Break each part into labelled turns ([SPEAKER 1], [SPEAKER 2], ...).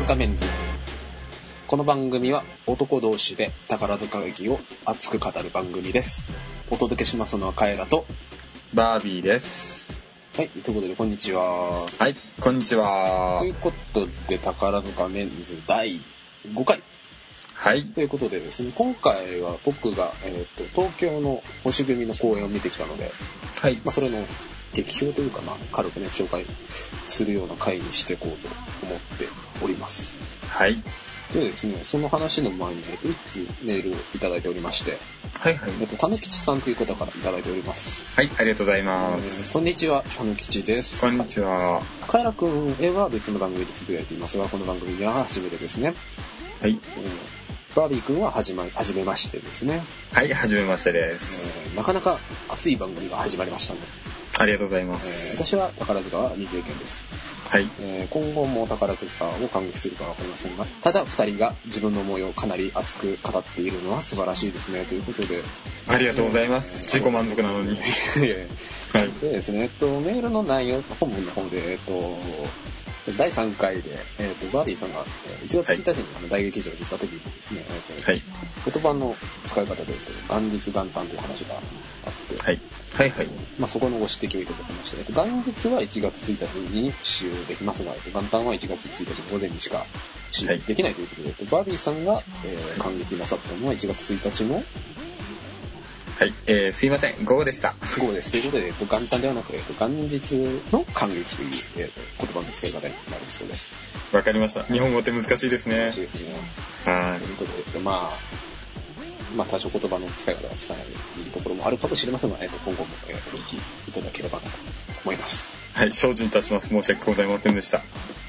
[SPEAKER 1] 歌メンズこの番組は男同士で宝塚劇を熱く語る番組ですお届けしますのはカエラと
[SPEAKER 2] バービーです。
[SPEAKER 1] はいということでこんにちは
[SPEAKER 2] はい、こんにちは
[SPEAKER 1] とい。うことで宝塚メンズ第5回
[SPEAKER 2] はい。
[SPEAKER 1] ということでですね今回は僕が、えー、と東京の星組の公演を見てきたので、
[SPEAKER 2] はい。
[SPEAKER 1] まあ、それの劇表というか、まあ、軽くね紹介するような回にしていこうと思っております
[SPEAKER 2] はい。
[SPEAKER 1] でですね、その話の前に、一つメールをいただいておりまして、
[SPEAKER 2] はいはい。
[SPEAKER 1] えっと、たぬきちさんという方からいただいております。
[SPEAKER 2] はい、ありがとうござい
[SPEAKER 1] え
[SPEAKER 2] ます。
[SPEAKER 1] ーこんにちは、たぬきちです
[SPEAKER 2] こ。んにちは。
[SPEAKER 1] カエラくんへは別の番組でつぶやいていますが、この番組は初めてですね。
[SPEAKER 2] はい。
[SPEAKER 1] えーバービーくんは始まり、初めましてですね、
[SPEAKER 2] はい、はじめましてで
[SPEAKER 1] え
[SPEAKER 2] す。
[SPEAKER 1] ーなかなか熱い番組が始まりましたね。
[SPEAKER 2] ありがとうございま
[SPEAKER 1] え
[SPEAKER 2] す。
[SPEAKER 1] ー私は宝塚は未経験です。
[SPEAKER 2] はい。
[SPEAKER 1] えー今後も宝塚を感激するかわかりませんが、ただ二人が自分の思いをかなり熱く語っているのは素晴らしいですね、ということで。
[SPEAKER 2] ありがとうございます。自己満足なのに。 はい。
[SPEAKER 1] でですね、えっと、メールの内容、本文の方で、えっと、第3回で、えっと、バーディーさんがえー1月1日にあの大劇場に行った時にですね、えっと
[SPEAKER 2] はい。
[SPEAKER 1] 言葉の使い方で、えっと元日元旦という話があって、
[SPEAKER 2] はい。はいはい。
[SPEAKER 1] まあ、そこのご指摘をいただきまして、えっと元日は1月1日に使用できますが、えっと元旦は1月1日の午前にしか使用できないということで、えっとバーディーさんが、えー感激なさったのは1月1日の
[SPEAKER 2] はい。えー、すいません。午後でした。
[SPEAKER 1] そうです。ということで、えっと元旦ではなく、えっと元日の感激という、えっと言葉の使い方になるそうです。
[SPEAKER 2] わかりました。日本語って難しいで
[SPEAKER 1] 嬉
[SPEAKER 2] すね
[SPEAKER 1] しい。ですね。
[SPEAKER 2] は
[SPEAKER 1] ということで、えっとまあ、まあ、多少言葉の使い方が伝えるいいところもあるかもしれませんが、えっと今後もえっとご聞きいただければなと思います。
[SPEAKER 2] い。はい。精進いたします。申し訳ございませんでした。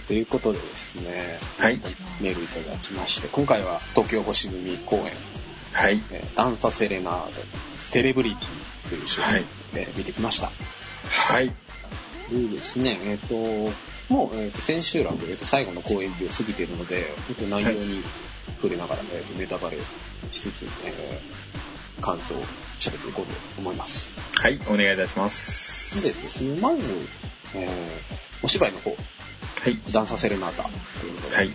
[SPEAKER 1] ということでですね、
[SPEAKER 2] はい。
[SPEAKER 1] メールいただきまして、今回は東京星組公演、
[SPEAKER 2] はい。
[SPEAKER 1] えーダンサセレナード、セレブリティというショーを、
[SPEAKER 2] はい
[SPEAKER 1] えー見てきました。
[SPEAKER 2] はい。
[SPEAKER 1] いいですね。えっ、と、もう、えー、と千秋楽、えーと最後の公演日を過ぎているので、えっと内容に触れながら、えーとネタバレしつつ、えー感想を喋っていこうと思います。
[SPEAKER 2] はい。お願いいたします。
[SPEAKER 1] でですね、まず、えーお芝居の方、
[SPEAKER 2] はい。
[SPEAKER 1] ダンサセレナータということで、
[SPEAKER 2] はい。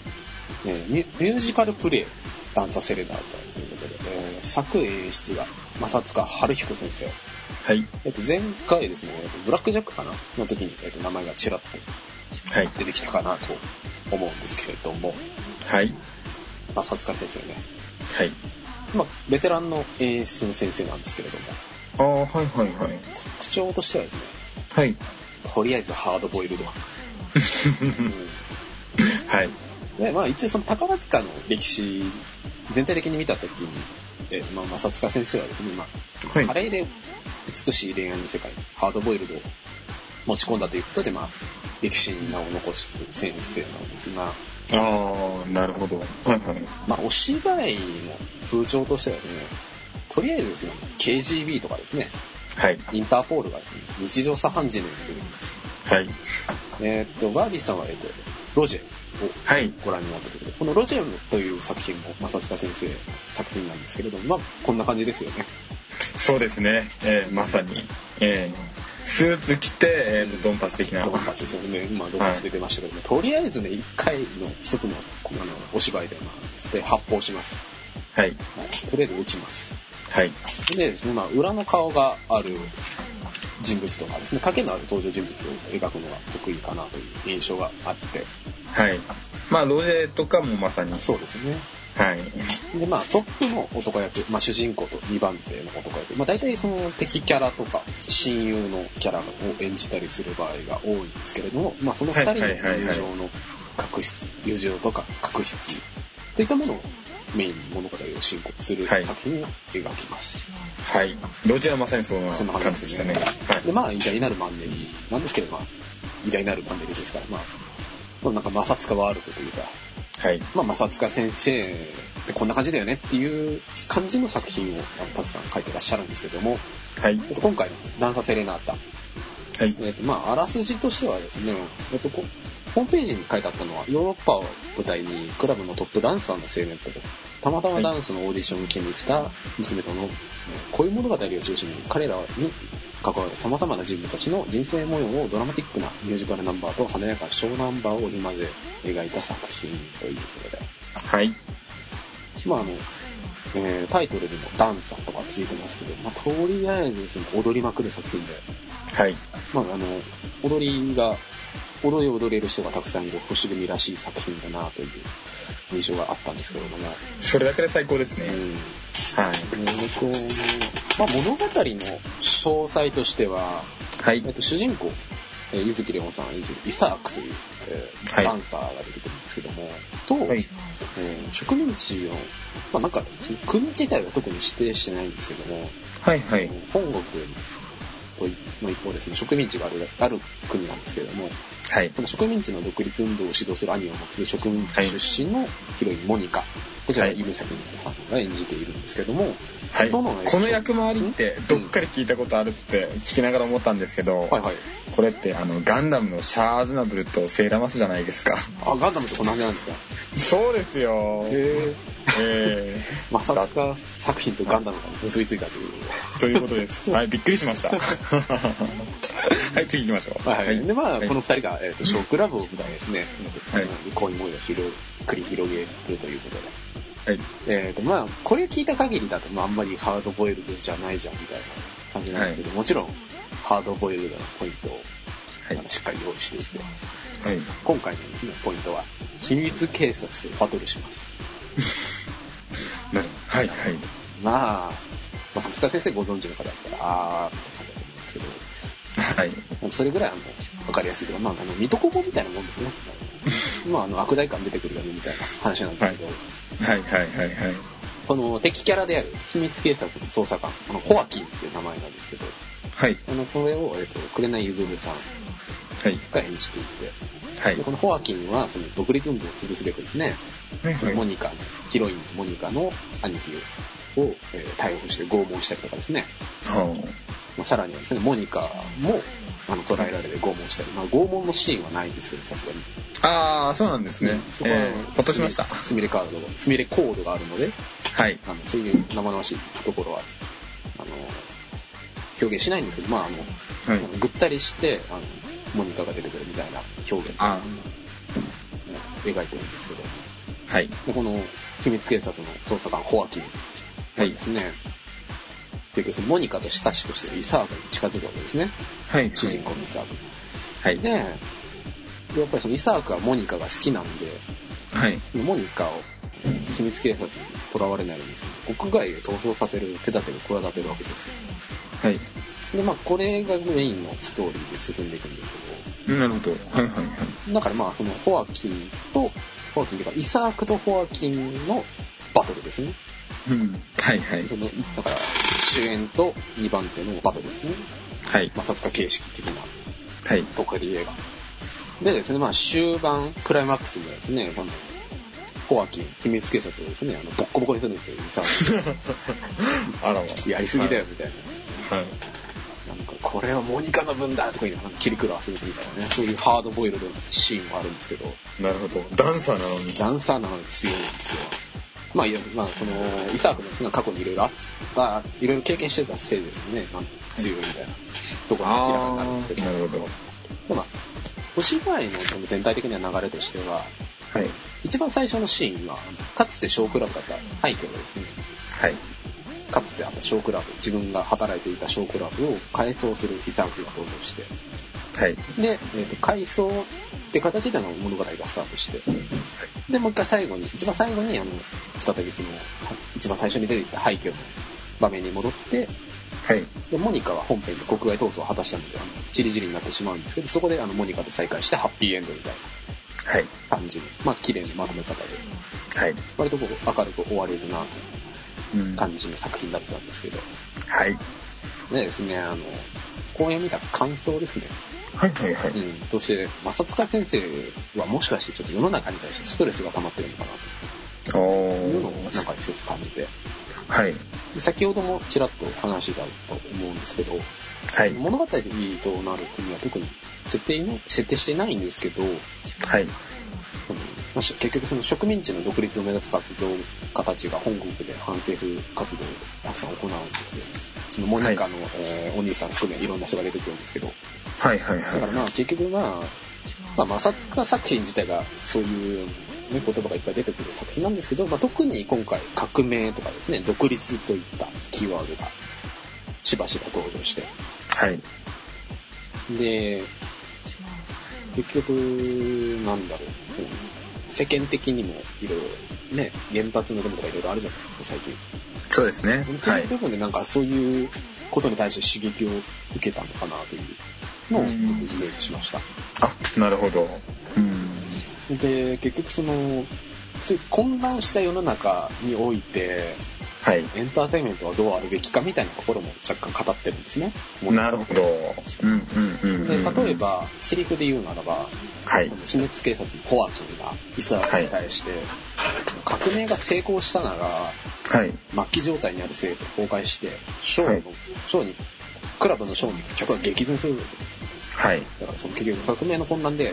[SPEAKER 1] えーミュミュージカルプレイ、ダンサセレナータということで、えー作演出が、正塚春彦先生。
[SPEAKER 2] はい。
[SPEAKER 1] えっと、前回ですね、えっとブラックジャックかなの時に、えっと、名前がちらっと
[SPEAKER 2] はい。
[SPEAKER 1] 出てきたかなと思うんですけれども、
[SPEAKER 2] はい。
[SPEAKER 1] まあ、さつかですよね。
[SPEAKER 2] はい。
[SPEAKER 1] まあ、ベテランの演出の先生なんですけれども、
[SPEAKER 2] ああ、はいはいはい。
[SPEAKER 1] 特徴としてはですね、
[SPEAKER 2] はい。
[SPEAKER 1] とりあえずハードボイルド。
[SPEAKER 2] はい。
[SPEAKER 1] で、まあ、一応その宝塚の歴史、全体的に見たときに、えまあ、まさつか先生はですね、まあ、
[SPEAKER 2] はい
[SPEAKER 1] 華麗で美しい恋愛の世界、ハードボイルドを持ち込んだということで、まあ、歴史に名を残している先生なんですが、
[SPEAKER 2] ああ、なるほど。はいはい。
[SPEAKER 1] まあ、お芝居の風潮としてはですね、とりあえずですね、KGB とかですね、
[SPEAKER 2] はい。
[SPEAKER 1] インターポールがですね、日常茶飯事にする。
[SPEAKER 2] はい。
[SPEAKER 1] えーっと、バービーさんは、えっと、ロジェを
[SPEAKER 2] はい。
[SPEAKER 1] ご覧になったということで、このロジェという作品も、正塚先生の作品なんですけれども、まあ、こんな感じですよね。
[SPEAKER 2] そうですね。えーまさに。えースーツ着て、えードンパチ的な。
[SPEAKER 1] ド
[SPEAKER 2] は
[SPEAKER 1] ンパチですよね。まあ、ドンパチ出てましたけども、とりあえずね、一回の一つの、このあの、お芝居で、まあ、で発砲します。
[SPEAKER 2] い。
[SPEAKER 1] はいとりあえず撃ちます。
[SPEAKER 2] はい。
[SPEAKER 1] でですね、まあ、裏の顔がある人物とかですね、賭けのある登場人物を描くのが得意かなという印象があって、
[SPEAKER 2] はい。まあ、ロジェとかもまさに。
[SPEAKER 1] そうですね。
[SPEAKER 2] はい。
[SPEAKER 1] で、まあ、トップの男役、まあ、主人公と2番手の男役、まあ、大体その敵キャラとか、親友のキャラを演じたりする場合が多いんですけれども、まあ、その2人の
[SPEAKER 2] はいはいはい
[SPEAKER 1] 友
[SPEAKER 2] はい
[SPEAKER 1] 情の確執、友情とか確執といったものをメインに物語を進行する
[SPEAKER 2] はい
[SPEAKER 1] 作品を描きます。
[SPEAKER 2] はい。ロジェはまさにそんな
[SPEAKER 1] そんな
[SPEAKER 2] 感
[SPEAKER 1] 感
[SPEAKER 2] じ
[SPEAKER 1] じ
[SPEAKER 2] で
[SPEAKER 1] で
[SPEAKER 2] し
[SPEAKER 1] したたね。
[SPEAKER 2] ね。はい。
[SPEAKER 1] で、まあ、偉大なるマンネリなんですけど、まあ、偉大なるマンネリですから、まあ、まあ、なんか摩擦がワールドというか、
[SPEAKER 2] はい。
[SPEAKER 1] まあ、正塚先生ってこんな感じだよねっていう感じの作品を、あの、たくさん書いてらっしゃるんですけども、
[SPEAKER 2] はい。
[SPEAKER 1] えっと、今回のダンサセレナータ、
[SPEAKER 2] はい。
[SPEAKER 1] えっと、まあ、あらすじとしてはですね、えっと、こホームページに書いてあったのは、ヨーロッパを舞台にクラブのトップダンサーの青年と、たまたまダンスのオーディションを受けに来た娘とのえー恋物語を中心に彼らに関わる様々な人物たちの人生模様をドラマティックなミュージカルナンバーと華やかな小ナンバーを織り交ぜ描いた作品ということで。
[SPEAKER 2] はい。
[SPEAKER 1] まああの、えータイトルにもダンサーとかついてますけど、まあとりあえずですね、踊りまくる作品で、
[SPEAKER 2] はい。
[SPEAKER 1] まああの、踊りが、踊りを踊れる人がたくさんいる星組らしい作品だなという印象があったんですけれどもね。
[SPEAKER 2] それだけで最高ですね。
[SPEAKER 1] うん
[SPEAKER 2] はい。
[SPEAKER 1] えーとまあ、物語の詳細としては、
[SPEAKER 2] は
[SPEAKER 1] えっ
[SPEAKER 2] い。
[SPEAKER 1] と、主人公、えー、柚木レオンさん演じるイサークという、えー
[SPEAKER 2] はい
[SPEAKER 1] ダンサーが出てくるんですけども、と、
[SPEAKER 2] はい。
[SPEAKER 1] えー植民地の、まあ、なんか、その国自体は特に指定してないんですけども、
[SPEAKER 2] はい。は
[SPEAKER 1] え
[SPEAKER 2] い。
[SPEAKER 1] ー本国といの一方ですね、植民地があるある国なんですけども、
[SPEAKER 2] はい
[SPEAKER 1] こ。の植民地の独立運動を指導する兄を持つ植民地出身のヒロイン、モニカ、こちら、
[SPEAKER 2] はい
[SPEAKER 1] 指先さんが演じているんですけども、
[SPEAKER 2] はい。
[SPEAKER 1] ど
[SPEAKER 2] こ
[SPEAKER 1] の役
[SPEAKER 2] の役回りって、どっかで聞いたことあるって聞きながら思ったんですけど、
[SPEAKER 1] はいはい。
[SPEAKER 2] これって、あの、ガンダムのシャアーズナブルとセイラマスじゃな いですか。
[SPEAKER 1] あ、ガンダムってこんな感じなんですか
[SPEAKER 2] そうですよ。
[SPEAKER 1] へ
[SPEAKER 2] え
[SPEAKER 1] ぇまさか作品とガンダムが結びついたという。
[SPEAKER 2] ーというこ とです。はい、びっくりしました。 はい、次行きましょ う。
[SPEAKER 1] はいはい。で、まあ、この
[SPEAKER 2] の、
[SPEAKER 1] 二人が、えっ、と、ショークラブを舞台にですね、
[SPEAKER 2] はい
[SPEAKER 1] 恋模様を広繰り広げるということで。
[SPEAKER 2] はい。
[SPEAKER 1] えっ、と、まあ、これ聞いた限りだと、まあ、あんまりハードボイルドじゃないじゃん、みたいな感じなんですけど、もちろん、ハードボイルドなポイントを、
[SPEAKER 2] はい
[SPEAKER 1] あのしっかり用意していて、
[SPEAKER 2] はい。
[SPEAKER 1] 今回のですね、ポイントは、秘密警察でバトルします。
[SPEAKER 2] なるはい、はい。
[SPEAKER 1] まあ、まあ、さすが先生ご存知の方だったら、あーって感じだと思うんですけど、
[SPEAKER 2] はい。
[SPEAKER 1] それぐらいあの、わかりやすいけど、まあ、あの、水戸黄門みたいなもんですね。まあ、あの、悪代官出てくるよね、みたいな話なんですけど、
[SPEAKER 2] はい、はい、はい、はい。
[SPEAKER 1] この敵キャラである秘密警察の捜査官、このホアキンっていう名前なんですけど、
[SPEAKER 2] はい、
[SPEAKER 1] あの、これを、えっ、と、紅ゆずるさん
[SPEAKER 2] はい、
[SPEAKER 1] が演じていて、
[SPEAKER 2] はい
[SPEAKER 1] で、。このホアキンは、その、独立運動を潰すべくですね、
[SPEAKER 2] はい、
[SPEAKER 1] モ
[SPEAKER 2] はい。
[SPEAKER 1] ニカの、ヒロインのモニカの兄貴を、えー逮捕して拷問したりとかですね、まあ、さらにはですね、モニカも、あの、捕らえられて拷問したり、まあ、拷問のシーンはないんですけど、さすがに。
[SPEAKER 2] あー、そうなんですね。
[SPEAKER 1] そこは
[SPEAKER 2] えー、ほっとしました。
[SPEAKER 1] スミレカード、スミレコードがあるので、
[SPEAKER 2] はい。
[SPEAKER 1] あの、そういう生々しいところは、あの、表現しないんですけど、まあ、あの、
[SPEAKER 2] はい。
[SPEAKER 1] ぐったりして、あの、モニカが出てくるみたいな表現を
[SPEAKER 2] あ
[SPEAKER 1] 描いてるんですけど、
[SPEAKER 2] ー、はい。
[SPEAKER 1] でこの秘密警察の捜査官、ホアキン
[SPEAKER 2] は
[SPEAKER 1] で
[SPEAKER 2] い。
[SPEAKER 1] すね、結局そのモニカと親しくしてるイサーブに近づくわけですね、
[SPEAKER 2] はい。
[SPEAKER 1] 主人公のイサーブ。
[SPEAKER 2] はい。
[SPEAKER 1] で、やっぱりそのイサークはモニカが好きなんで、
[SPEAKER 2] はい。
[SPEAKER 1] モニカを秘密警察に囚われないようにする国外へ逃走させる手立てを企てるわけですよ
[SPEAKER 2] はい。
[SPEAKER 1] でまあこれがメインのストーリーで進んでいくんですけ
[SPEAKER 2] なるほど。はい、はい、はい。
[SPEAKER 1] どだからまあそのホアキンとホアキンというかイサークとホアキンのバトルですね
[SPEAKER 2] うん。はい、はい。
[SPEAKER 1] そのだから主演と2番手のバトルですね
[SPEAKER 2] はい。
[SPEAKER 1] 摩擦化形式的な
[SPEAKER 2] はい。
[SPEAKER 1] とこで言えばでですねまあ終盤クライマックスにはですねこのホアキン秘密警察をですねあのボッコボコにするんですよイサーク
[SPEAKER 2] あらま。
[SPEAKER 1] やりすぎだよ。みたいな。
[SPEAKER 2] はい。
[SPEAKER 1] なんか、これはモニカの分だとか言いながら切り狂わせるみたいなね。そういうハードボイルドなシーンもあるんですけど、
[SPEAKER 2] なるほど。ダンサーなのに。
[SPEAKER 1] ダンサーなのに強いんですよ。まあ、いや、まあ、その、イサークのまあ過去にいろいろあった、いろいろ経験してたせいでね、なんか強いみたいなところが明らかになるんですけど、
[SPEAKER 2] なるほど。
[SPEAKER 1] でまあ、お芝居のその全体的な流れとしては、
[SPEAKER 2] はい。
[SPEAKER 1] 一番最初のシーンは、かつて小クラブだった廃墟がですね、
[SPEAKER 2] はい。
[SPEAKER 1] かつてあった小クラブ、自分が働いていた小クラブを改装するイサークが登場して、
[SPEAKER 2] はい。
[SPEAKER 1] で、えっと回想って形での物語がスタートして、で、もう一回最後に、一番最後に、あの、再びその、一番最初に出てきた廃墟の場面に戻って、
[SPEAKER 2] はい。
[SPEAKER 1] で、モニカは本編で国外闘争を果たしたので、あの、チリジリになってしまうんですけど、そこであの、モニカと再会してハッピーエンドみたい
[SPEAKER 2] はい。
[SPEAKER 1] な感じの、まあ、綺麗にまとめ方で、
[SPEAKER 2] はい。
[SPEAKER 1] 割とこう、明るく終われるな、と
[SPEAKER 2] うん
[SPEAKER 1] いう感じの作品だったんですけど、
[SPEAKER 2] はい。
[SPEAKER 1] でですね、あの、公演を見た感想ですね。
[SPEAKER 2] はいはいはい。
[SPEAKER 1] うん、そして、正塚先生はもしかしてちょっと世の中に対してストレスが溜まってるのかな
[SPEAKER 2] お
[SPEAKER 1] というのを
[SPEAKER 2] ー
[SPEAKER 1] なんか一つ感じて、
[SPEAKER 2] はい。
[SPEAKER 1] で先ほどもちらっと話したと思うんですけど、
[SPEAKER 2] はい。
[SPEAKER 1] 物語となる国は特に設定の設定してないんですけど、
[SPEAKER 2] はい。
[SPEAKER 1] そのまあし結局その植民地の独立を目指す活動家たちが本国で反政府活動をたくさん行うんですね。そのモナカの、えーお兄さん含めいろんな人が出てくるんですけど、
[SPEAKER 2] はいはいは
[SPEAKER 1] だ
[SPEAKER 2] い
[SPEAKER 1] か。らまあ結局まあ、まあ、摩擦化作品自体がそういう、ね、言葉がいっぱい出てくる作品なんですけど、まあ、特に今回革命とかですね、独立といったキーワードがしばしば登場して、
[SPEAKER 2] はい。
[SPEAKER 1] で、結局、なんだろう、うん世間的にもいろいろ、ね、原発のデモとかいろいろあるじゃないですか、最近。
[SPEAKER 2] そうですね
[SPEAKER 1] っ。て。
[SPEAKER 2] はいいう
[SPEAKER 1] 部分でなんかそういうことに対して刺激を受けたのかなというのを
[SPEAKER 2] うん
[SPEAKER 1] 僕イメージしました。
[SPEAKER 2] あ、なるほど。うん。
[SPEAKER 1] で、結局その、そういう混乱した世の中において、
[SPEAKER 2] はい。
[SPEAKER 1] エンターテインメントはどうあるべきかみたいなところも若干語ってるんですね。
[SPEAKER 2] なるほど。うんうんうん、うん。
[SPEAKER 1] で、例え。ば、セリフで言うならば、
[SPEAKER 2] はい。
[SPEAKER 1] 秘密警察のホアキンがイスラエルに対して、革命が成功したなら、
[SPEAKER 2] はい。
[SPEAKER 1] 末期状態にある政府を崩壊して、ショーの、
[SPEAKER 2] はい
[SPEAKER 1] ショーに、クラブのショーに客が激増するんですよ
[SPEAKER 2] はい。
[SPEAKER 1] だからその結局革命の混乱で、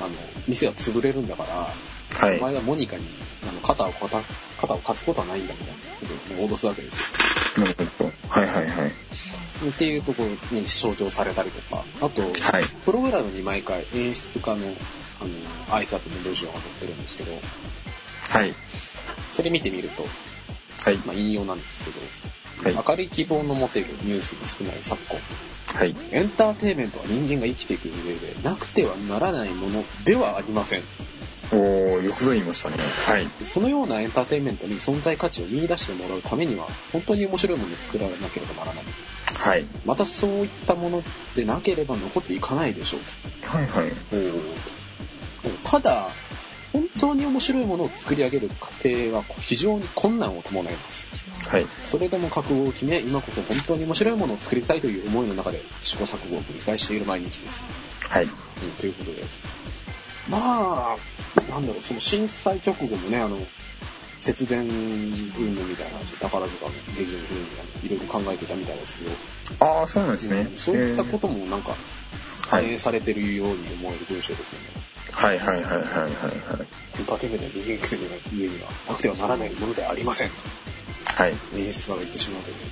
[SPEAKER 1] あの、店は潰れるんだから、
[SPEAKER 2] はい
[SPEAKER 1] お。前はモニカに、あの、肩をかた、肩を貸すことはないんだみたいなことを脅すわけです
[SPEAKER 2] なるほど。はいはいはい。
[SPEAKER 1] よ。っていうところに象徴されたりとか、あと、
[SPEAKER 2] はい。
[SPEAKER 1] プログラムに毎回演出家の、あの、挨拶の文章が載ってるんですけど、
[SPEAKER 2] はい。
[SPEAKER 1] それ見てみると、
[SPEAKER 2] はい。
[SPEAKER 1] まあ、引用なんですけど、
[SPEAKER 2] はい
[SPEAKER 1] 明るい希望の持てるニュースが少ない昨今、
[SPEAKER 2] はい。
[SPEAKER 1] エンターテインメントは人間が生きていく上で、なくてはならないものではありません。
[SPEAKER 2] おー、よくぞ言いましたね。はい。
[SPEAKER 1] そのようなエンターテインメントに存在価値を見出してもらうためには、本当に面白いものを作らなければならない。
[SPEAKER 2] はい。
[SPEAKER 1] またそういったものでなければ残っていかないでしょう。
[SPEAKER 2] はいはい。
[SPEAKER 1] ただ、本当に面白いものを作り上げる過程は非常に困難を伴います。
[SPEAKER 2] はい。
[SPEAKER 1] それでも覚悟を決め、今こそ本当に面白いものを作りたいという思いの中で試行錯誤を繰り返している毎日です。
[SPEAKER 2] はい。
[SPEAKER 1] うんということで。まあ、なんだろう、その震災直後もね、あの、節電運動みたいな話、宝塚の劇場の運動みたいないろいろ考えてたみたいですけど、
[SPEAKER 2] あー、そうなんですね。
[SPEAKER 1] うん。そういったことともなんか、
[SPEAKER 2] は
[SPEAKER 1] 反
[SPEAKER 2] い。
[SPEAKER 1] 映されてるように思える文章ですよね。
[SPEAKER 2] はいはいはいはいはいはい。
[SPEAKER 1] 掛け目で人間くせに上にはなくてはならないものではありません。
[SPEAKER 2] はい。
[SPEAKER 1] 演出家が言ってしまうわけですよ。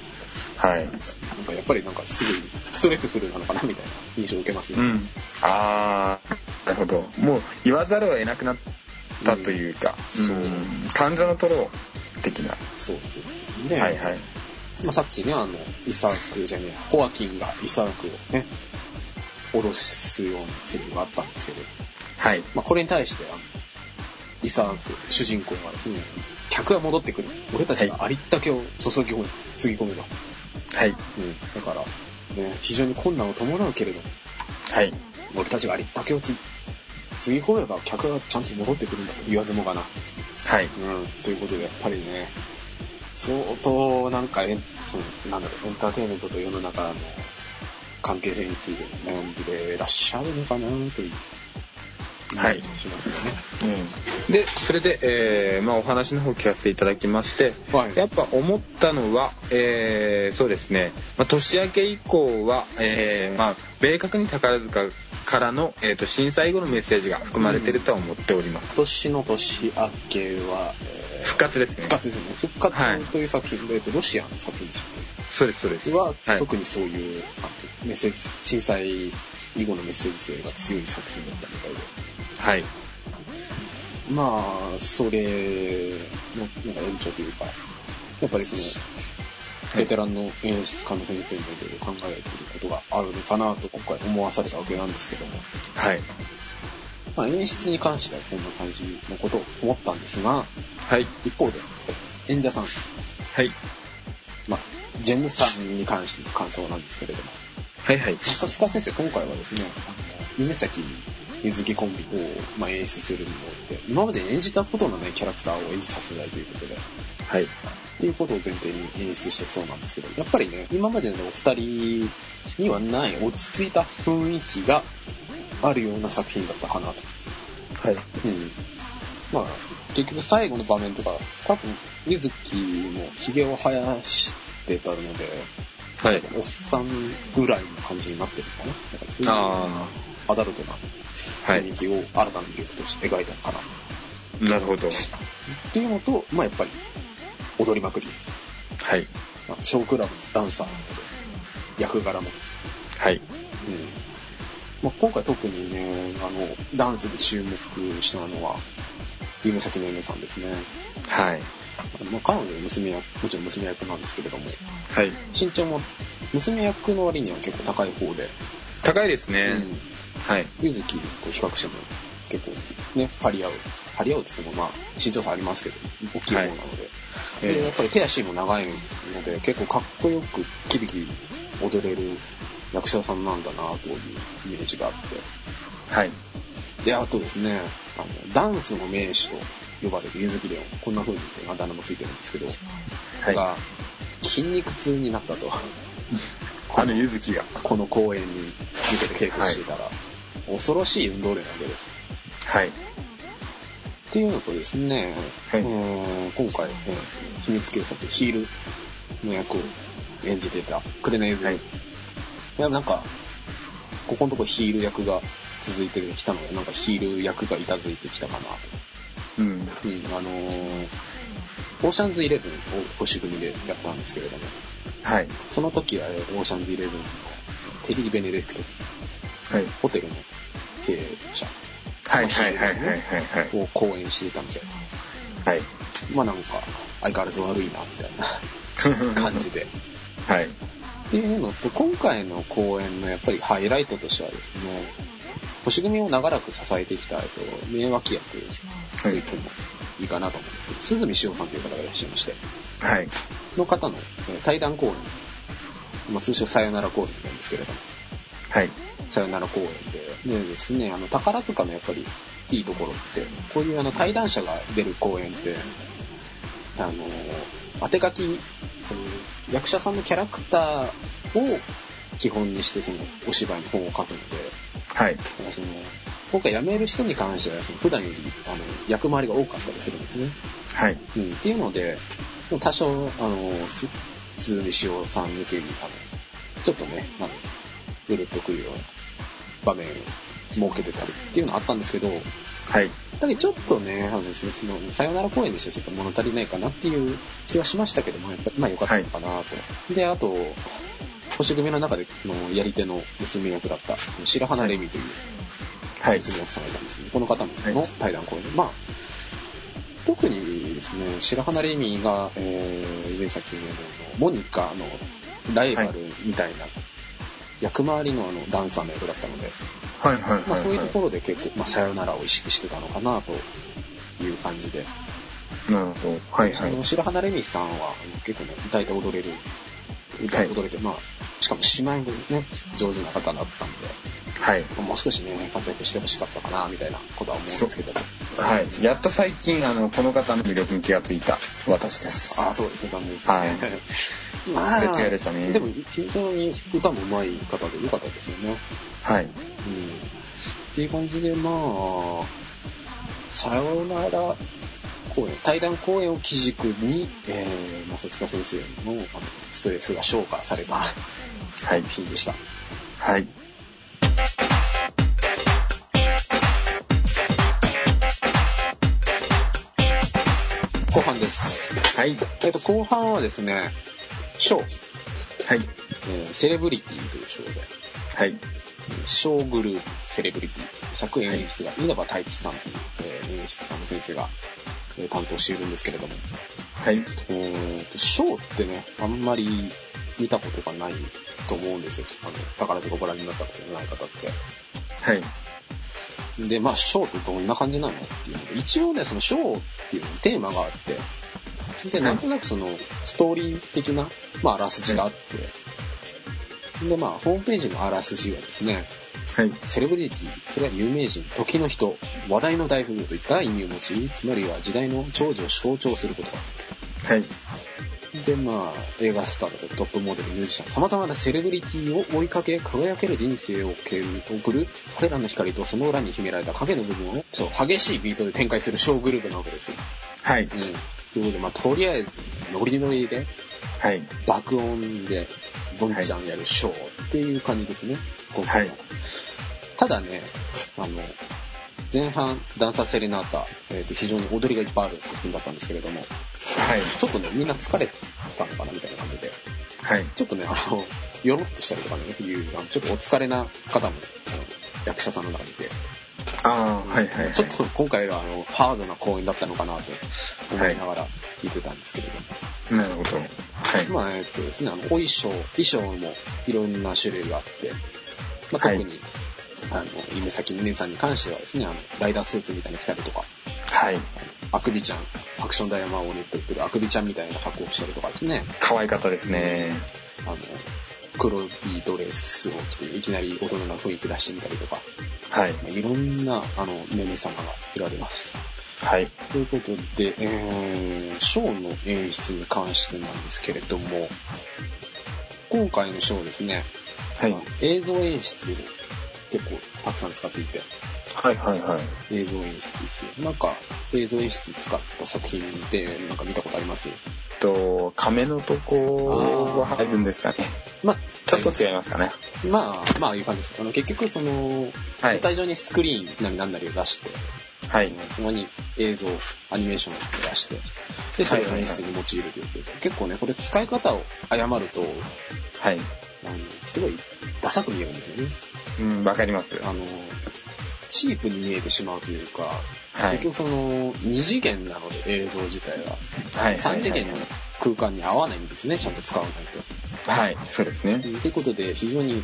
[SPEAKER 2] はい。
[SPEAKER 1] なんかやっぱりなんかすぐにストレスフルなのかなみたいな印象を受けますね。
[SPEAKER 2] うん。あー、なるほど。もう言わざるを得なくなったというか、
[SPEAKER 1] うんそうん
[SPEAKER 2] 感情のトロ的な。
[SPEAKER 1] そうで
[SPEAKER 2] はいはい。
[SPEAKER 1] まあ、さっきね、あの、イサクじゃねえ、ホアキンがイサクをね、脅すようなセリフがあったんですけど、
[SPEAKER 2] はい。
[SPEAKER 1] まあ、これに対して、あの、イサク、主人公がですね、客が戻ってくる。俺たちがありったけを注ぎ込む、つぎ込めば。
[SPEAKER 2] はい。
[SPEAKER 1] うん。だから、ね、非常に困難を伴うけれども、
[SPEAKER 2] はい。
[SPEAKER 1] 俺たちがありったけをつ、つぎ込めば客がちゃんと戻ってくるんだと言わずもがな。
[SPEAKER 2] はい。
[SPEAKER 1] うん、ということで、やっぱりね、相当なんかエン、そのなんだろう、エンターテインメントと世の中の関係性について悩んでいらっしゃるのかなという。
[SPEAKER 2] はい
[SPEAKER 1] しますよね。
[SPEAKER 2] うん、でそれで、えーまあ、お話の方聞かせていただきまして、
[SPEAKER 1] はい
[SPEAKER 2] やっぱ思ったのは、えーそうですね、まあ、年明け以降は、えーまあ、明確に宝塚からの、えー、と震災後のメッセージが含まれているとは思っておりま
[SPEAKER 1] 今
[SPEAKER 2] す、
[SPEAKER 1] 年の年明けは、えー
[SPEAKER 2] 復活ですね
[SPEAKER 1] 復活ですね。復
[SPEAKER 2] はい
[SPEAKER 1] 活という作品で、えっとロシアの作品でしたっ
[SPEAKER 2] そうですそうで
[SPEAKER 1] け
[SPEAKER 2] す
[SPEAKER 1] は、
[SPEAKER 2] はい、
[SPEAKER 1] 特にそういうあのメッセージ、震災以後のメッセージ性が強い作品だったみたいで。
[SPEAKER 2] はい、
[SPEAKER 1] まあ、それの、なんか延長というか、やっぱりその、ベテランの演出家の先生にいろいろ考えていることがあるのかなと今回思わされたわけなんですけども、
[SPEAKER 2] はい
[SPEAKER 1] まあ、演出に関してはこんな感じのことを思ったんですが、
[SPEAKER 2] はい
[SPEAKER 1] 一方で、演者さん、
[SPEAKER 2] はい
[SPEAKER 1] まあ、ジェンヌさんに関しての感想なんですけれども、
[SPEAKER 2] はいはい
[SPEAKER 1] 中塚先生、今回はですね、あの、夢咲ゆずきコンビを、まあ、演出するにもって、今まで演じたことのないキャラクターを演じさせないということで、
[SPEAKER 2] はい
[SPEAKER 1] っていうことを前提に演出したそうなんですけど、やっぱりね、今までのお二人にはない落ち着いた雰囲気があるような作品だったかなと。
[SPEAKER 2] はい
[SPEAKER 1] うん。まあ、結局最後の場面とか、多分、ゆずきも髭を生やしてたので、
[SPEAKER 2] はい
[SPEAKER 1] おっさんぐらいの感じになってるのかな。だからそういう
[SPEAKER 2] あ
[SPEAKER 1] アダルトな
[SPEAKER 2] あは
[SPEAKER 1] 雰囲
[SPEAKER 2] い
[SPEAKER 1] 気を新たな魅力として描いたのかな。
[SPEAKER 2] なるほど
[SPEAKER 1] っていうのと、まあやっぱり、踊りまくり。
[SPEAKER 2] はい
[SPEAKER 1] あまあ、小クラブのダンサー役柄も。
[SPEAKER 2] はい。
[SPEAKER 1] うんまあ、今回特にね、あの、ダンスで注目したのは、夢咲の夢さんですね。
[SPEAKER 2] はい。
[SPEAKER 1] まあ、彼女の娘役、もちろん娘役なんですけれども、
[SPEAKER 2] はい。
[SPEAKER 1] 身長も娘役の割には結構高い方で、
[SPEAKER 2] 高いですね。
[SPEAKER 1] うん
[SPEAKER 2] はい。
[SPEAKER 1] ゆずきと比較しても結構ね、張り合う。張り合うって言ってもまあ、身長差ありますけど、大きい方なので。
[SPEAKER 2] はい
[SPEAKER 1] でやっぱり手足も長いので、結構かっこよくキビキビ踊れる役者さんなんだなというイメージがあって。
[SPEAKER 2] はい。
[SPEAKER 1] で、あとですね、あの、ダンスの名手と呼ばれるゆずきでこんな風にあだ名もついてるんですけど、
[SPEAKER 2] は
[SPEAKER 1] が、筋肉痛になったと。
[SPEAKER 2] い。あの、ゆずきが。
[SPEAKER 1] この公演に向けて稽古していたら、恐ろしい運動量なんで
[SPEAKER 2] はい。
[SPEAKER 1] っていうのとですね、
[SPEAKER 2] はいう
[SPEAKER 1] ーん今回、えー秘密警察ヒールの役を演じていたクレナユズ、
[SPEAKER 2] はい
[SPEAKER 1] い、やなんかここのとこヒール役が続いてきたのでなんかヒール役が板付いてきたかな
[SPEAKER 2] うん。
[SPEAKER 1] と、うん、あのーオーシャンズイレブンを星組でやったんですけれども
[SPEAKER 2] はい。
[SPEAKER 1] その時は、えーオーシャンズイレブンのテリー・ベネディクト
[SPEAKER 2] はい。
[SPEAKER 1] ホテルの経営者
[SPEAKER 2] はいはいはいはいはいはい。
[SPEAKER 1] を講演していたので
[SPEAKER 2] はい。
[SPEAKER 1] まあなんか相変わらず悪いなみたいな感じで。
[SPEAKER 2] はい。
[SPEAKER 1] っていうのと、今回の公演のやっぱりハイライトとしてはですね、星組を長らく支えてきた、えっと、名脇役と言ってもいいかなと思うんですけど、鈴見潮さんという方がいらっしゃいまして、
[SPEAKER 2] はい。
[SPEAKER 1] の方のえー対談公演、まあ、通称さよなら公演なんですけれども、
[SPEAKER 2] はい。
[SPEAKER 1] さよなら公演で、でですね、あの、宝塚のやっぱりいいところって、こういうあの、対談者が出る公演って、あの、当て書き、その、役者さんのキャラクターを基本にして、その、お芝居の本を書くので、
[SPEAKER 2] はい。
[SPEAKER 1] だからその、今回辞める人に関しては、その普段より、あの、役回りが多かったりするんですね。
[SPEAKER 2] はい。
[SPEAKER 1] うん、っていうので、多少、あの、す鈴見潮さん向けに、あの、ちょっとね、あの、ぐるっとくるような場面を設けてたりっていうのはあったんですけど、
[SPEAKER 2] はい。
[SPEAKER 1] だけどちょっとね、あの、その、そのさよなら公演でしたらちょっと物足りないかなっていう気はしましたけども、やっぱり、まあ良かったのかなと。で、あと、星組の中で、あの、やり手の娘役だった、白花レミという、
[SPEAKER 2] はい。
[SPEAKER 1] 娘の奥さんがいたんですけど、この方も
[SPEAKER 2] は
[SPEAKER 1] の対談公演で、まあ、特にですね、白花レミが、えー、前作のモニカのライバルみたいな役回りのあのダンサーの役だったので、
[SPEAKER 2] はいはいはい。
[SPEAKER 1] まあ、そういうところで結構、まあ、さよならを意識してたのかなという感じで、
[SPEAKER 2] なるほど。はいはい
[SPEAKER 1] そ。の白花レミさんはあの結構ね、歌いて踊れる、歌いて踊れて、まあ、しかも姉妹もね、上手な方だったんで、
[SPEAKER 2] はい。
[SPEAKER 1] もう少しね、活躍してほしかったかな、みたいなことは思うんですけど。
[SPEAKER 2] はい。やっと最近、あの、この方の魅力に気がついた私です。
[SPEAKER 1] ああ、そうですね、残念ですね。
[SPEAKER 2] はい
[SPEAKER 1] まあ
[SPEAKER 2] それ違いでしたね
[SPEAKER 1] でも、非常に歌も上手い方で良かったですよね。
[SPEAKER 2] はい。
[SPEAKER 1] うん。っていう感じで、まあ、さよなら公演、対談公演を基軸に、えー、まさつか先生のあのストレスが消化された
[SPEAKER 2] はい。
[SPEAKER 1] 品でした。
[SPEAKER 2] はい。
[SPEAKER 1] 後半です。
[SPEAKER 2] はい。
[SPEAKER 1] えっと、後半はですね、賞、
[SPEAKER 2] はい。
[SPEAKER 1] えーセレブリティという賞で、
[SPEAKER 2] はい。
[SPEAKER 1] 小グループセレブリティ作演演出が稲葉太一さんという、えー演出家の先生が、えー担当しているんですけれども、
[SPEAKER 2] はい。
[SPEAKER 1] えーと、ショーってね、あんまり見たことがないと思うんですよ。あの、宝塚ご覧になったことのない方って。
[SPEAKER 2] はい。
[SPEAKER 1] で、まあ、ショーってどんな感じなのっていうので一応ね、そのショーっていうテーマがあって、で、なんとなくその、ストーリー的な、まあ、あらすじがあって、で、まあ、ホームページのあらすじはですね、
[SPEAKER 2] はい。
[SPEAKER 1] セレブリティ、それは有名人、時の人、話題の大富豪といった意味を持ち、つまりは時代の長寿を象徴すること
[SPEAKER 2] はい。
[SPEAKER 1] で、まあ、映画スターだとトップモデル、ミュージシャン、様々なセレブリティを追いかけ、輝ける人生を送る、彼らの光とその裏に秘められた影の部分を、そう激しいビートで展開する小グループなわけですよ。
[SPEAKER 2] はい。
[SPEAKER 1] うん。ということで、まあ、とりあえず、ノリノリで、
[SPEAKER 2] はい。
[SPEAKER 1] 爆音で、ボンちゃんやるショーっていう感じですね。今
[SPEAKER 2] は
[SPEAKER 1] 回
[SPEAKER 2] い
[SPEAKER 1] は。。ただね、あの、前半、ダンサーセレナータ、えーと非常に踊りがいっぱいある作品だったんですけれども、
[SPEAKER 2] はい
[SPEAKER 1] ちょっとね、みんな疲れたのかなみたいな感じで、
[SPEAKER 2] はい
[SPEAKER 1] ちょっとね、あの、よろっとしたりとかね、いう、あのちょっとお疲れな方も、あの役者さんの中にいて、
[SPEAKER 2] ああはいはいはい
[SPEAKER 1] ちょっと今回はあのハードな公演だったのかなと思いながら聞いてたんですけれども、
[SPEAKER 2] なるほどはい
[SPEAKER 1] まあえっとですね、あのお衣装、衣装もいろんな種類があって、まあ、
[SPEAKER 2] はい
[SPEAKER 1] 特に、あの、夢先姉さんに関してはですね、あの、ライダースーツみたいに着たりとか、
[SPEAKER 2] はい
[SPEAKER 1] あくびちゃん、アクション大魔王に出てるあくびちゃんみたいな格好をしたりとかですね、
[SPEAKER 2] 可愛かったですね
[SPEAKER 1] あの、黒いドレスを着て、いきなり大人な雰囲気出してみたりとか、
[SPEAKER 2] はい
[SPEAKER 1] まあ、いろんな、あの、メメ様がいられます。
[SPEAKER 2] はい
[SPEAKER 1] ということで、えー、ショーの演出に関してなんですけれども、今回のショーですね、
[SPEAKER 2] はい
[SPEAKER 1] まあ映像演出を結構たくさん使っていて、
[SPEAKER 2] はいはいはい
[SPEAKER 1] 映像演出ですよ。なんか、映像演出使った作品で、なんか見たことあります
[SPEAKER 2] えっと亀のとこは入るんですかね
[SPEAKER 1] まあ、
[SPEAKER 2] ちょっと違いますかね
[SPEAKER 1] まあ、まあ、いう感じです。あの、結局、その、
[SPEAKER 2] はい
[SPEAKER 1] 舞台上にスクリーンなりなんなりを出して、
[SPEAKER 2] はい
[SPEAKER 1] そこに映像、アニメーションを出して、で、それを演出に用いるということで、結構ね、これ使い方を誤ると、
[SPEAKER 2] はい
[SPEAKER 1] あの、すごい、ダサく見えるんですよね。
[SPEAKER 2] うんわかります
[SPEAKER 1] あの、チープに見えてしまうというか、
[SPEAKER 2] はい
[SPEAKER 1] 結局その、2次元なので映像自体は、
[SPEAKER 2] はいはい
[SPEAKER 1] 3次
[SPEAKER 2] はい
[SPEAKER 1] 元の空間に合わないんですね、ちゃんと使わないと。
[SPEAKER 2] はいそうですね
[SPEAKER 1] ということで、非常に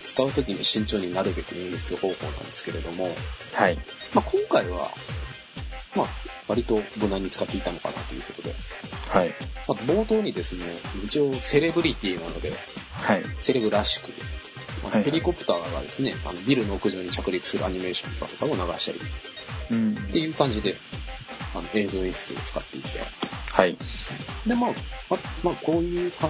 [SPEAKER 1] 使うときに慎重になるべき演出方法なんですけれども、
[SPEAKER 2] はい
[SPEAKER 1] まあ、今回は、まあ、割と無難に使っていたのかなということで、
[SPEAKER 2] はい
[SPEAKER 1] まあ、冒頭にですね、一応セレブリティなので、
[SPEAKER 2] はい
[SPEAKER 1] セレブらしく、まあ
[SPEAKER 2] はいはい
[SPEAKER 1] ヘリコプターがですね、あのビルの屋上に着陸するアニメーションとかを流したりっ
[SPEAKER 2] うん
[SPEAKER 1] ていう感じで、あの映像演出を使っていて。
[SPEAKER 2] はい
[SPEAKER 1] で、まあ、まあ、まあ、こういう感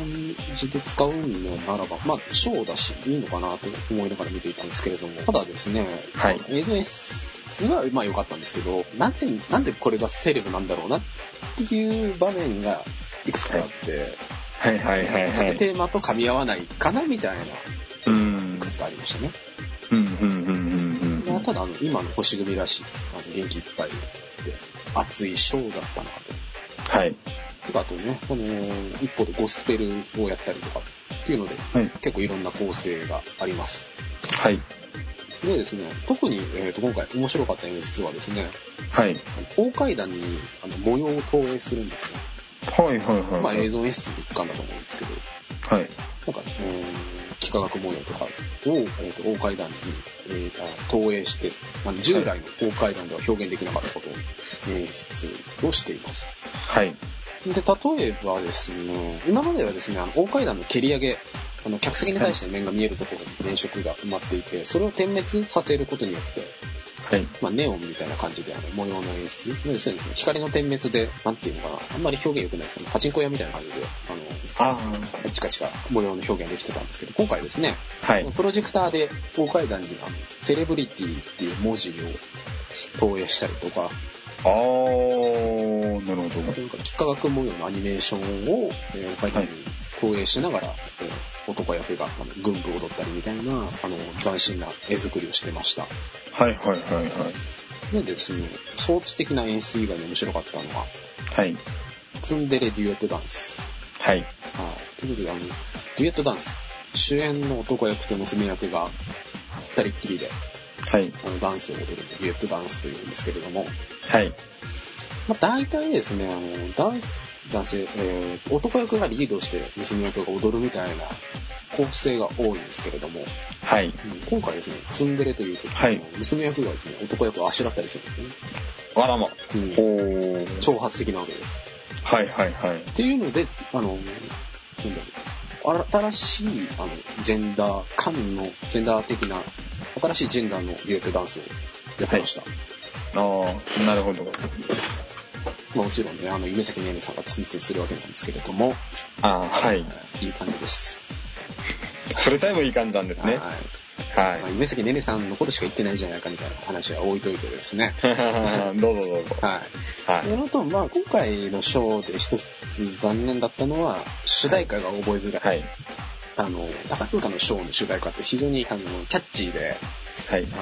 [SPEAKER 1] じで使うのならば、まあ、ショーだし、いいのかなと思いながら見ていたんですけれども、ただですね、
[SPEAKER 2] はい
[SPEAKER 1] 映像演出は、まあ良かったんですけど、なぜ、なんでこれがセレブなんだろうなっていう場面がいくつかあって、
[SPEAKER 2] はいはいはい
[SPEAKER 1] ちょ
[SPEAKER 2] は
[SPEAKER 1] っと
[SPEAKER 2] い
[SPEAKER 1] テーマと噛み合わないかなみたいな、
[SPEAKER 2] うん
[SPEAKER 1] いくつかありましたね。
[SPEAKER 2] うんうんうんうんう
[SPEAKER 1] まあ、
[SPEAKER 2] ん
[SPEAKER 1] ただあの、今の星組らしい、あの元気いっぱいで、熱いショーだったなと。
[SPEAKER 2] はい
[SPEAKER 1] とかあとね、この、一方でゴスペルをやったりとかっていうので、
[SPEAKER 2] はい
[SPEAKER 1] 結構いろんな構成があります。
[SPEAKER 2] はい
[SPEAKER 1] でですね、特に、えー、と今回面白かった演出はですね、
[SPEAKER 2] はい
[SPEAKER 1] 大階段にあの模様を投影するんですね。
[SPEAKER 2] はいはいはい
[SPEAKER 1] まあ映像演出の一環だと思うんですけど、
[SPEAKER 2] はい
[SPEAKER 1] なんか、えー、幾何学模様とかを、えー、と大階段に、えーあ投影して、あの従来の大階段では表現できなかったことを演出をしています。
[SPEAKER 2] はい
[SPEAKER 1] で、例えばですね、今まではですね、あの大階段の蹴り上げ、あの客席に対して面が見えるところに電飾が埋まっていて、それを点滅させることによって、
[SPEAKER 2] はい
[SPEAKER 1] まあ、ネオンみたいな感じであの模様の演出。要するに光の点滅で、なんていうのかな、あんまり表現良くないですけど、パチンコ屋みたいな感じで、あの、
[SPEAKER 2] あ
[SPEAKER 1] カチカチカ模様の表現できてたんですけど、今回ですね、
[SPEAKER 2] あはい
[SPEAKER 1] プロジェクターで大階段にあのセレブリティっていう文字を投影したりとか、
[SPEAKER 2] あーな
[SPEAKER 1] な
[SPEAKER 2] るほど
[SPEAKER 1] んか幾何学模様のアニメーションを、えー、大階段に投影しながら、えー男役があの軍部を踊ったりみたいな、あの、斬新な絵作りをしてました。
[SPEAKER 2] はいはいはいはい
[SPEAKER 1] でですね、装置的な演出以外に面白かったのは、
[SPEAKER 2] はい
[SPEAKER 1] ツンデレデュエットダンス。
[SPEAKER 2] はい
[SPEAKER 1] はい。ということで、あの、デュエットダンス。主演の男役と娘役が、二人っきりで、
[SPEAKER 2] はい
[SPEAKER 1] あの、ダンスを踊るデュエットダンスというんですけれども、
[SPEAKER 2] はい
[SPEAKER 1] まあ、大体ですね、あの、男、男性、えー、男役がリードして娘役が踊るみたいな構成が多いんですけれども、
[SPEAKER 2] はい
[SPEAKER 1] 今回ですね、ツンデレというと、
[SPEAKER 2] はい
[SPEAKER 1] 娘役がですね、男役をあしらったりするんですね。
[SPEAKER 2] あらま
[SPEAKER 1] うん
[SPEAKER 2] おー
[SPEAKER 1] 挑発的なわけです。
[SPEAKER 2] はいはいはい
[SPEAKER 1] っていうので、あの、なんだろう、新しい、あの、ジェンダー、間の、ジェンダー的な、新しいジェンダーのデュエットダンスをやってました。
[SPEAKER 2] あーなるほど
[SPEAKER 1] まあもちろんね、あの、夢咲ねねさんがツンツンするわけなんですけれども、
[SPEAKER 2] あーはい
[SPEAKER 1] いい感じです。
[SPEAKER 2] それさえもいい感じなんです
[SPEAKER 1] は
[SPEAKER 2] ね
[SPEAKER 1] い。
[SPEAKER 2] は
[SPEAKER 1] まあ夢咲ねねさんのことしか言ってないじゃないかみたいな話は置いといてですね。
[SPEAKER 2] い どうぞどうぞ
[SPEAKER 1] はい。
[SPEAKER 2] は
[SPEAKER 1] それと、まあ今回のショーで一つ残念だったのは、主題歌が覚えづらい。
[SPEAKER 2] はい
[SPEAKER 1] あの、朝空間のショーの主題歌って非常に、あの、キャッチーで、
[SPEAKER 2] はい。
[SPEAKER 1] あ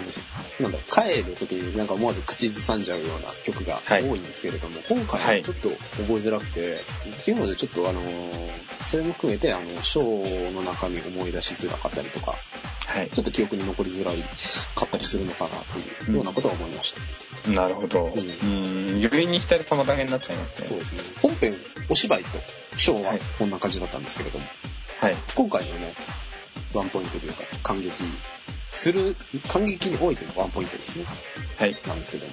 [SPEAKER 1] の、なんだろう、帰る時になんか思わず口ずさんじゃうような曲が
[SPEAKER 2] は
[SPEAKER 1] 多
[SPEAKER 2] い
[SPEAKER 1] いんですけれども、今
[SPEAKER 2] は
[SPEAKER 1] 回
[SPEAKER 2] い
[SPEAKER 1] はちょっと覚えづらくて、っていうのでちょっとあの、それも含めて、あの、ショーの中に思い出しづらかったりとか、
[SPEAKER 2] はい。
[SPEAKER 1] ちょっと記憶に残りづらいかったりするのかなというようなことは思いました。
[SPEAKER 2] なるほど。
[SPEAKER 1] うん
[SPEAKER 2] うん。余韻に浸るとまたげになっちゃいます
[SPEAKER 1] そう
[SPEAKER 2] ね。
[SPEAKER 1] ですね。本編、お芝居とショーは
[SPEAKER 2] はい
[SPEAKER 1] こんな感じだったんですけれども、
[SPEAKER 2] はい。
[SPEAKER 1] 今回のね、ワンポイントというか、感激する、感激においてのワンポイントですね。
[SPEAKER 2] はい。
[SPEAKER 1] なんですけども、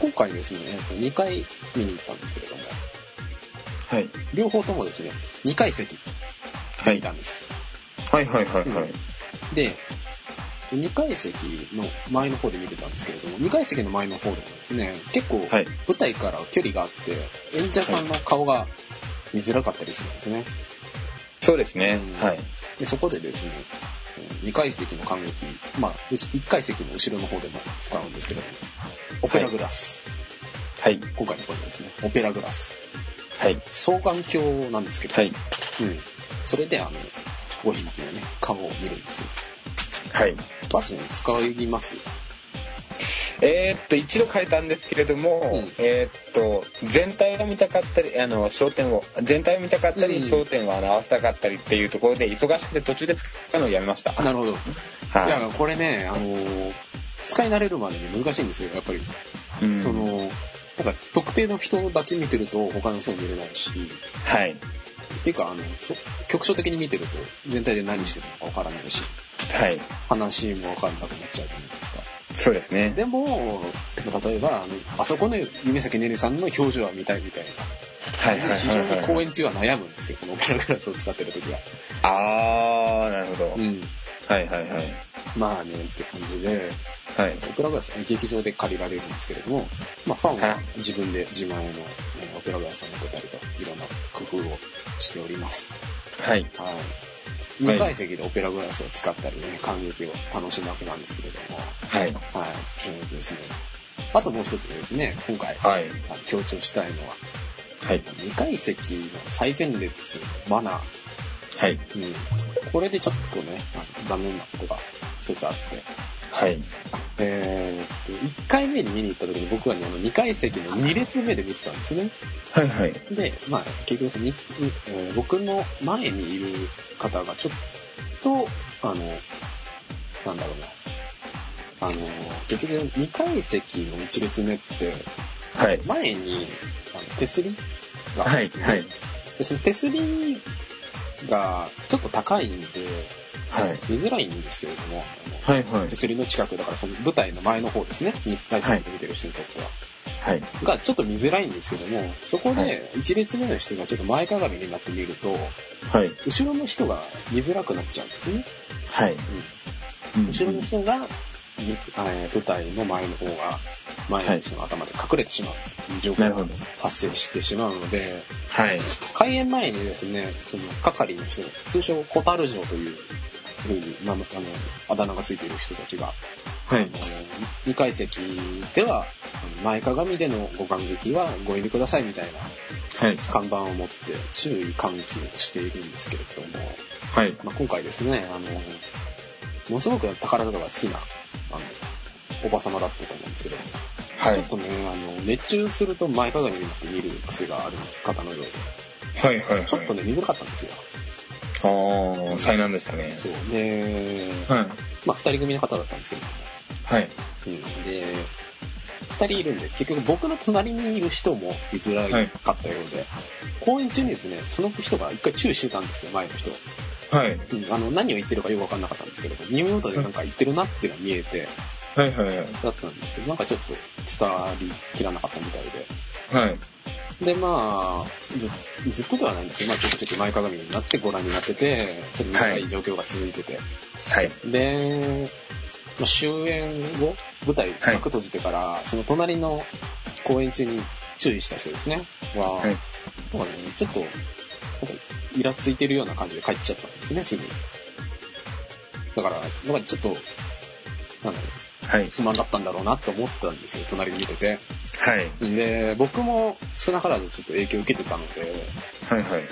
[SPEAKER 1] 今回ですね、えっと2回見に行ったんですけれども、
[SPEAKER 2] はい。
[SPEAKER 1] 両方ともですね、2階席
[SPEAKER 2] は
[SPEAKER 1] で見
[SPEAKER 2] い。
[SPEAKER 1] たんです。
[SPEAKER 2] はいはいはいはい。
[SPEAKER 1] で、2階席の前の方で見てたんですけれども、2階席の前の方でもですね、結構
[SPEAKER 2] はい。
[SPEAKER 1] 舞台から距離があって、演者さんの顔が見づらかったりするんですね。
[SPEAKER 2] そうですね
[SPEAKER 1] うん。
[SPEAKER 2] はい。
[SPEAKER 1] で、そこでですね、2階席の感激、まあ、うち1階席の後ろの方でも使うんですけども、オペラグラス、
[SPEAKER 2] はい。
[SPEAKER 1] 今回のポイントですね、オペラグラス、
[SPEAKER 2] はい。
[SPEAKER 1] 双眼鏡なんですけど、
[SPEAKER 2] はい。
[SPEAKER 1] うん。それで、あの、ごひいきのね、顔を見るんですよ。
[SPEAKER 2] はい。
[SPEAKER 1] バッチに使いますよ。
[SPEAKER 2] えーっと、一度変えたんですけれども、
[SPEAKER 1] うん
[SPEAKER 2] えーっと、全体を見たかったり、あの、焦点を、全体を見たかったり、
[SPEAKER 1] うん
[SPEAKER 2] 焦点を表したかったりっていうところで、忙しくて途中で使うのをやめました。
[SPEAKER 1] なるほど。い
[SPEAKER 2] は
[SPEAKER 1] や、これね、あのー使い慣れるまでに難しいんですよ、やっぱり。
[SPEAKER 2] い。うん
[SPEAKER 1] その、なんか特定の人だけ見てると他の人も見れないし、っ
[SPEAKER 2] はい。
[SPEAKER 1] ていうか、あの、そ局所的に見てると全体で何してるのかわからないし、
[SPEAKER 2] はい。
[SPEAKER 1] 話もわかんなくなっちゃうじゃないですか。
[SPEAKER 2] そうですね。
[SPEAKER 1] でも、でも例えば、あの、あそこの夢咲ねるさんの表情は見たいみたいな。
[SPEAKER 2] はいはい
[SPEAKER 1] 非常
[SPEAKER 2] はい、
[SPEAKER 1] に
[SPEAKER 2] はい。
[SPEAKER 1] 公演中は悩むんですよ、このオペラグラスを使ってる時は。
[SPEAKER 2] あー、なるほど。
[SPEAKER 1] うん。
[SPEAKER 2] はいはいはい。
[SPEAKER 1] まあね、って感じで、
[SPEAKER 2] はい。
[SPEAKER 1] オペラグラス、劇場で借りられるんですけれども、まあファンは自分で自前の、ね、オペラグラスを持ってたりと、いろんな工夫をしております。
[SPEAKER 2] はい。
[SPEAKER 1] はい。
[SPEAKER 2] はい
[SPEAKER 1] 2階席でオペラグラスを使ったりね、感激を楽しむわけなんですけれども、
[SPEAKER 2] はい。
[SPEAKER 1] はい。えーとですね。あともう一つですね、今回、
[SPEAKER 2] はい。
[SPEAKER 1] あの強調したいのは、
[SPEAKER 2] はい。
[SPEAKER 1] 2階席の最前列のマナー。
[SPEAKER 2] はい。
[SPEAKER 1] うん。これでちょっとね、あの残念なことが一つあって、
[SPEAKER 2] はい。
[SPEAKER 1] えーっと、1回目に見に行った時に僕はね、あの2階席の2列目で見てたんですね。
[SPEAKER 2] はいはい。
[SPEAKER 1] で、まあ、結局そのに、にえー僕の前にいる方がちょっと、あの、なんだろうな。あの、結局2階席の1列目って、
[SPEAKER 2] はい。
[SPEAKER 1] 前にあの手すりがあ
[SPEAKER 2] は
[SPEAKER 1] るん
[SPEAKER 2] い。
[SPEAKER 1] ですね。
[SPEAKER 2] はい。
[SPEAKER 1] でその手すりがちょっと高いんで、
[SPEAKER 2] はい。
[SPEAKER 1] 見づらいんですけれども、あの
[SPEAKER 2] はいはい
[SPEAKER 1] 手。すりの近く、だからその舞台の前の方ですね、日体さんで見てる人にとっては。
[SPEAKER 2] はい。
[SPEAKER 1] がちょっと見づらいんですけども、そこ
[SPEAKER 2] はい
[SPEAKER 1] で1列目の人がちょっと前かがみになって見ると、
[SPEAKER 2] はい。
[SPEAKER 1] 後ろの人が見づらくなっちゃうんですね。
[SPEAKER 2] はい。
[SPEAKER 1] うん後ろの人が、みえー舞台の前の方が、前の人の頭で隠れてしまうという状況
[SPEAKER 2] なる
[SPEAKER 1] が
[SPEAKER 2] ほど。
[SPEAKER 1] 発生してしまうので、
[SPEAKER 2] はい。
[SPEAKER 1] 開演前にですね、その係の人、通称小樽城というふうに、まあ、あの、あだ名がついている人たちが、
[SPEAKER 2] はい。
[SPEAKER 1] 2階席では、前かがみでのご感激はご遠慮くださいみたいな
[SPEAKER 2] はい。
[SPEAKER 1] 看板を持って注意喚起をしているんですけれども、
[SPEAKER 2] はい。
[SPEAKER 1] まあ、今回ですね、あの、ものすごく宝塚が好きな、あの、おば様だったと思うんですけど、
[SPEAKER 2] はい。
[SPEAKER 1] ちょっとね、あの、熱中すると前かがみになって見る癖がある方のようで、
[SPEAKER 2] はい。はい。
[SPEAKER 1] ちょっとね、見づらかったんですよ。
[SPEAKER 2] はい。ああ、災難でしたね。
[SPEAKER 1] そう。で、
[SPEAKER 2] はい。
[SPEAKER 1] まあ、二人組の方だったんですけども、
[SPEAKER 2] はい。
[SPEAKER 1] うん、で、二人いるんで、結局僕の隣にいる人も見づらかったようで、公演中にですね、その人が一回注意してたんですよ、前の人。
[SPEAKER 2] はい。
[SPEAKER 1] うん、あの、何を言ってるかよくわかんなかったんですけれど、耳元でなんか言ってるなっていうのは見えて、
[SPEAKER 2] はい。はい。はい。
[SPEAKER 1] だったんですけど、なんかちょっと伝わりきらなかったみたい
[SPEAKER 2] はい。
[SPEAKER 1] で。で、まあ、ずずっとではないんですけど、まあ、ちょくちょく前かがみになってご覧になってて、ちょっと長い状況が続いてて。
[SPEAKER 2] はい。
[SPEAKER 1] で、まあ、終演後、舞台幕閉じてから、その隣の公演中に注意した人ですね、は、
[SPEAKER 2] はい
[SPEAKER 1] なんかね、ちょっと、なんかイラついてるような感じで帰っちゃったんですね、すぐ。だから、なんかちょっと、なんだろう、
[SPEAKER 2] はい。
[SPEAKER 1] 不満だったんだろうなって思ったんですよ、隣で見てて。
[SPEAKER 2] はい。
[SPEAKER 1] で、僕も少なからずちょっと影響受けてたので、
[SPEAKER 2] はい。はい。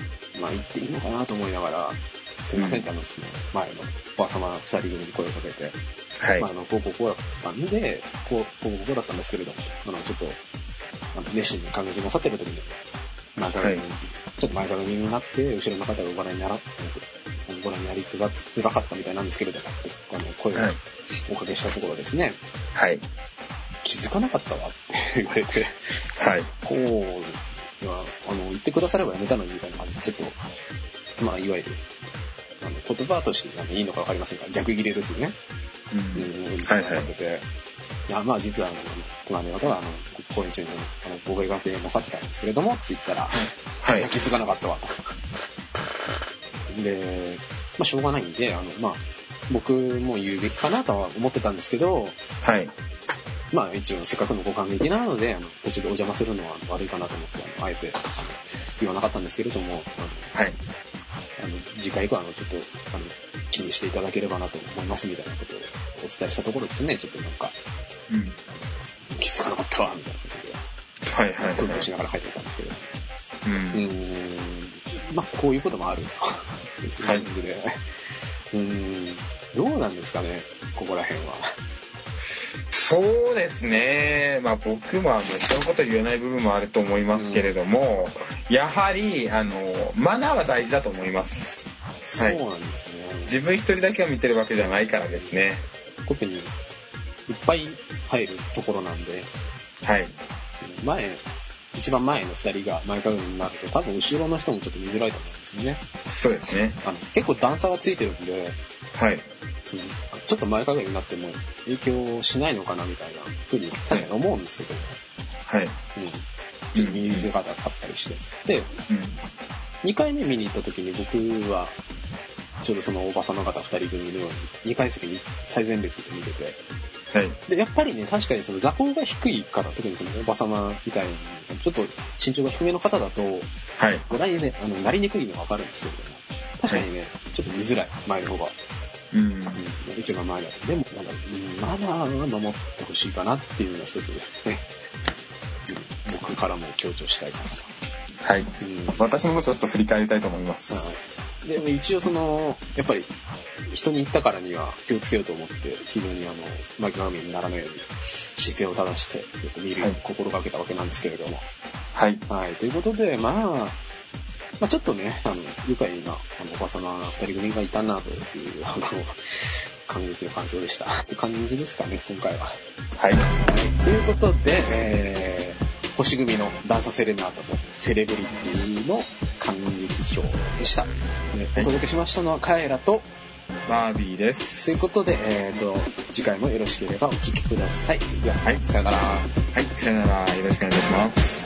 [SPEAKER 1] まあ行っていいのかなと思いながら、すいませんってあの、前のおば様二人組に声をかけて、
[SPEAKER 2] はい
[SPEAKER 1] まあ、あの、こうこうこうだったんで、こう、こうこうこうだったんですけれども、あの、ちょっと、あの、熱心に感激なさってる時に、前かがみに、
[SPEAKER 2] はい
[SPEAKER 1] ちょっと前かがみになって、後ろの方がお笑いになら、ご覧になりつが、つらかったみたいなんですけれども、あの、声を
[SPEAKER 2] はい
[SPEAKER 1] おかけしたところですね、
[SPEAKER 2] はい。
[SPEAKER 1] 気づかなかったわって言われて、
[SPEAKER 2] はい。
[SPEAKER 1] こう、いやあの、言ってくださればやめたのにみたいな感じで、ちょっと、まあ、いわゆる、あの、言葉としてなんかいいのかわかりませんが、逆切れですよね。うん、
[SPEAKER 2] はいはい。
[SPEAKER 1] てて。いや、まあ実は、あの、隣の方が、あの、公演中に、あの、僕がけなさってたんですけれども、って言ったら、
[SPEAKER 2] はい
[SPEAKER 1] や、
[SPEAKER 2] い。
[SPEAKER 1] 気づかなかったわ。で、まあしょうがないんで、あの、まあ、僕も言うべきかなとは思ってたんですけど、
[SPEAKER 2] はい。
[SPEAKER 1] まあ一応せっかくのご感激なので、あの途中でお邪魔するのはあの悪いかなと思って、あのあえてあの言わなかったんですけれども、あ
[SPEAKER 2] はい。
[SPEAKER 1] のあの次回以降はあのちょっとあの気にしていただければなと思いますみたいなことをお伝えしたところですね、ちょっとなんか
[SPEAKER 2] うん。
[SPEAKER 1] 気づかなかったわ、みたいなことで、
[SPEAKER 2] はいはい
[SPEAKER 1] 苦労し
[SPEAKER 2] は
[SPEAKER 1] ながら帰ってたんですけど、
[SPEAKER 2] い。う。
[SPEAKER 1] うんーん、まあこういうこともある。
[SPEAKER 2] はい
[SPEAKER 1] とうことで、うーん、どうなんですかね、ここら辺は。
[SPEAKER 2] そうですね。まあ僕は人のこと言えない部分もあると思いますけれども、やはり、あの、マナーは大事だと思います。はい
[SPEAKER 1] そうなんですね。
[SPEAKER 2] 自分一人だけを見てるわけじゃないからですね。
[SPEAKER 1] 特にいっぱい入るところなんで、
[SPEAKER 2] はい。
[SPEAKER 1] 前、一番前の二人が前かがみになると、多分後ろの人もちょっと見づらいと思うんですよね。
[SPEAKER 2] そうですね。
[SPEAKER 1] あの結構段差がついてるんで、
[SPEAKER 2] はい。
[SPEAKER 1] そのちょっと前かがみになっても影響しないのかなみたいなふうに確かに思うんですけど、
[SPEAKER 2] はい。
[SPEAKER 1] うん。ちょっと見づらかったりして。で、
[SPEAKER 2] うん。
[SPEAKER 1] 2回目見に行った時に僕は、ちょうどそのおばさま方二人組のように、2階席に最前列で見てて、
[SPEAKER 2] はい。
[SPEAKER 1] で、やっぱりね、確かにその座高が低いから、特にそのおば様みたいに、ちょっと身長が低めの方だと、
[SPEAKER 2] はい。
[SPEAKER 1] ご覧にね、あの、なりにくいのはわかるんですけれども、確かにね、ちょっと見づらい、前の方が。
[SPEAKER 2] うん。
[SPEAKER 1] うん、一番前だと。でも、なんか、うんマナーは守ってほしいかなっていうのが一つですね。うん僕からも強調したいかな
[SPEAKER 2] はい。
[SPEAKER 1] と。うん
[SPEAKER 2] 私もちょっと振り返りたいと思います。
[SPEAKER 1] はいでも一応その、やっぱり人に言ったからには気をつけようと思って、非常にあの、前鏡にならないように姿勢を正して、よく見るように心がけたわけなんですけれども。
[SPEAKER 2] はい。
[SPEAKER 1] はい、ということで、まあ、まあちょっとね、あの、愉快な、あの、おばさま二人組がいたなという、あの、感激の感想でした。って感じですかね、今回は。
[SPEAKER 2] はい。
[SPEAKER 1] ということで、えー、星組のダンサセレナータとセレブリティの感激表でした。えーお届けしましたのはカエラと、
[SPEAKER 2] バービーです。
[SPEAKER 1] ということで、えー、と、次回もよろしければお聴きください。では、
[SPEAKER 2] はい
[SPEAKER 1] さよなら。
[SPEAKER 2] はい。さよなら。よろしくお願いします。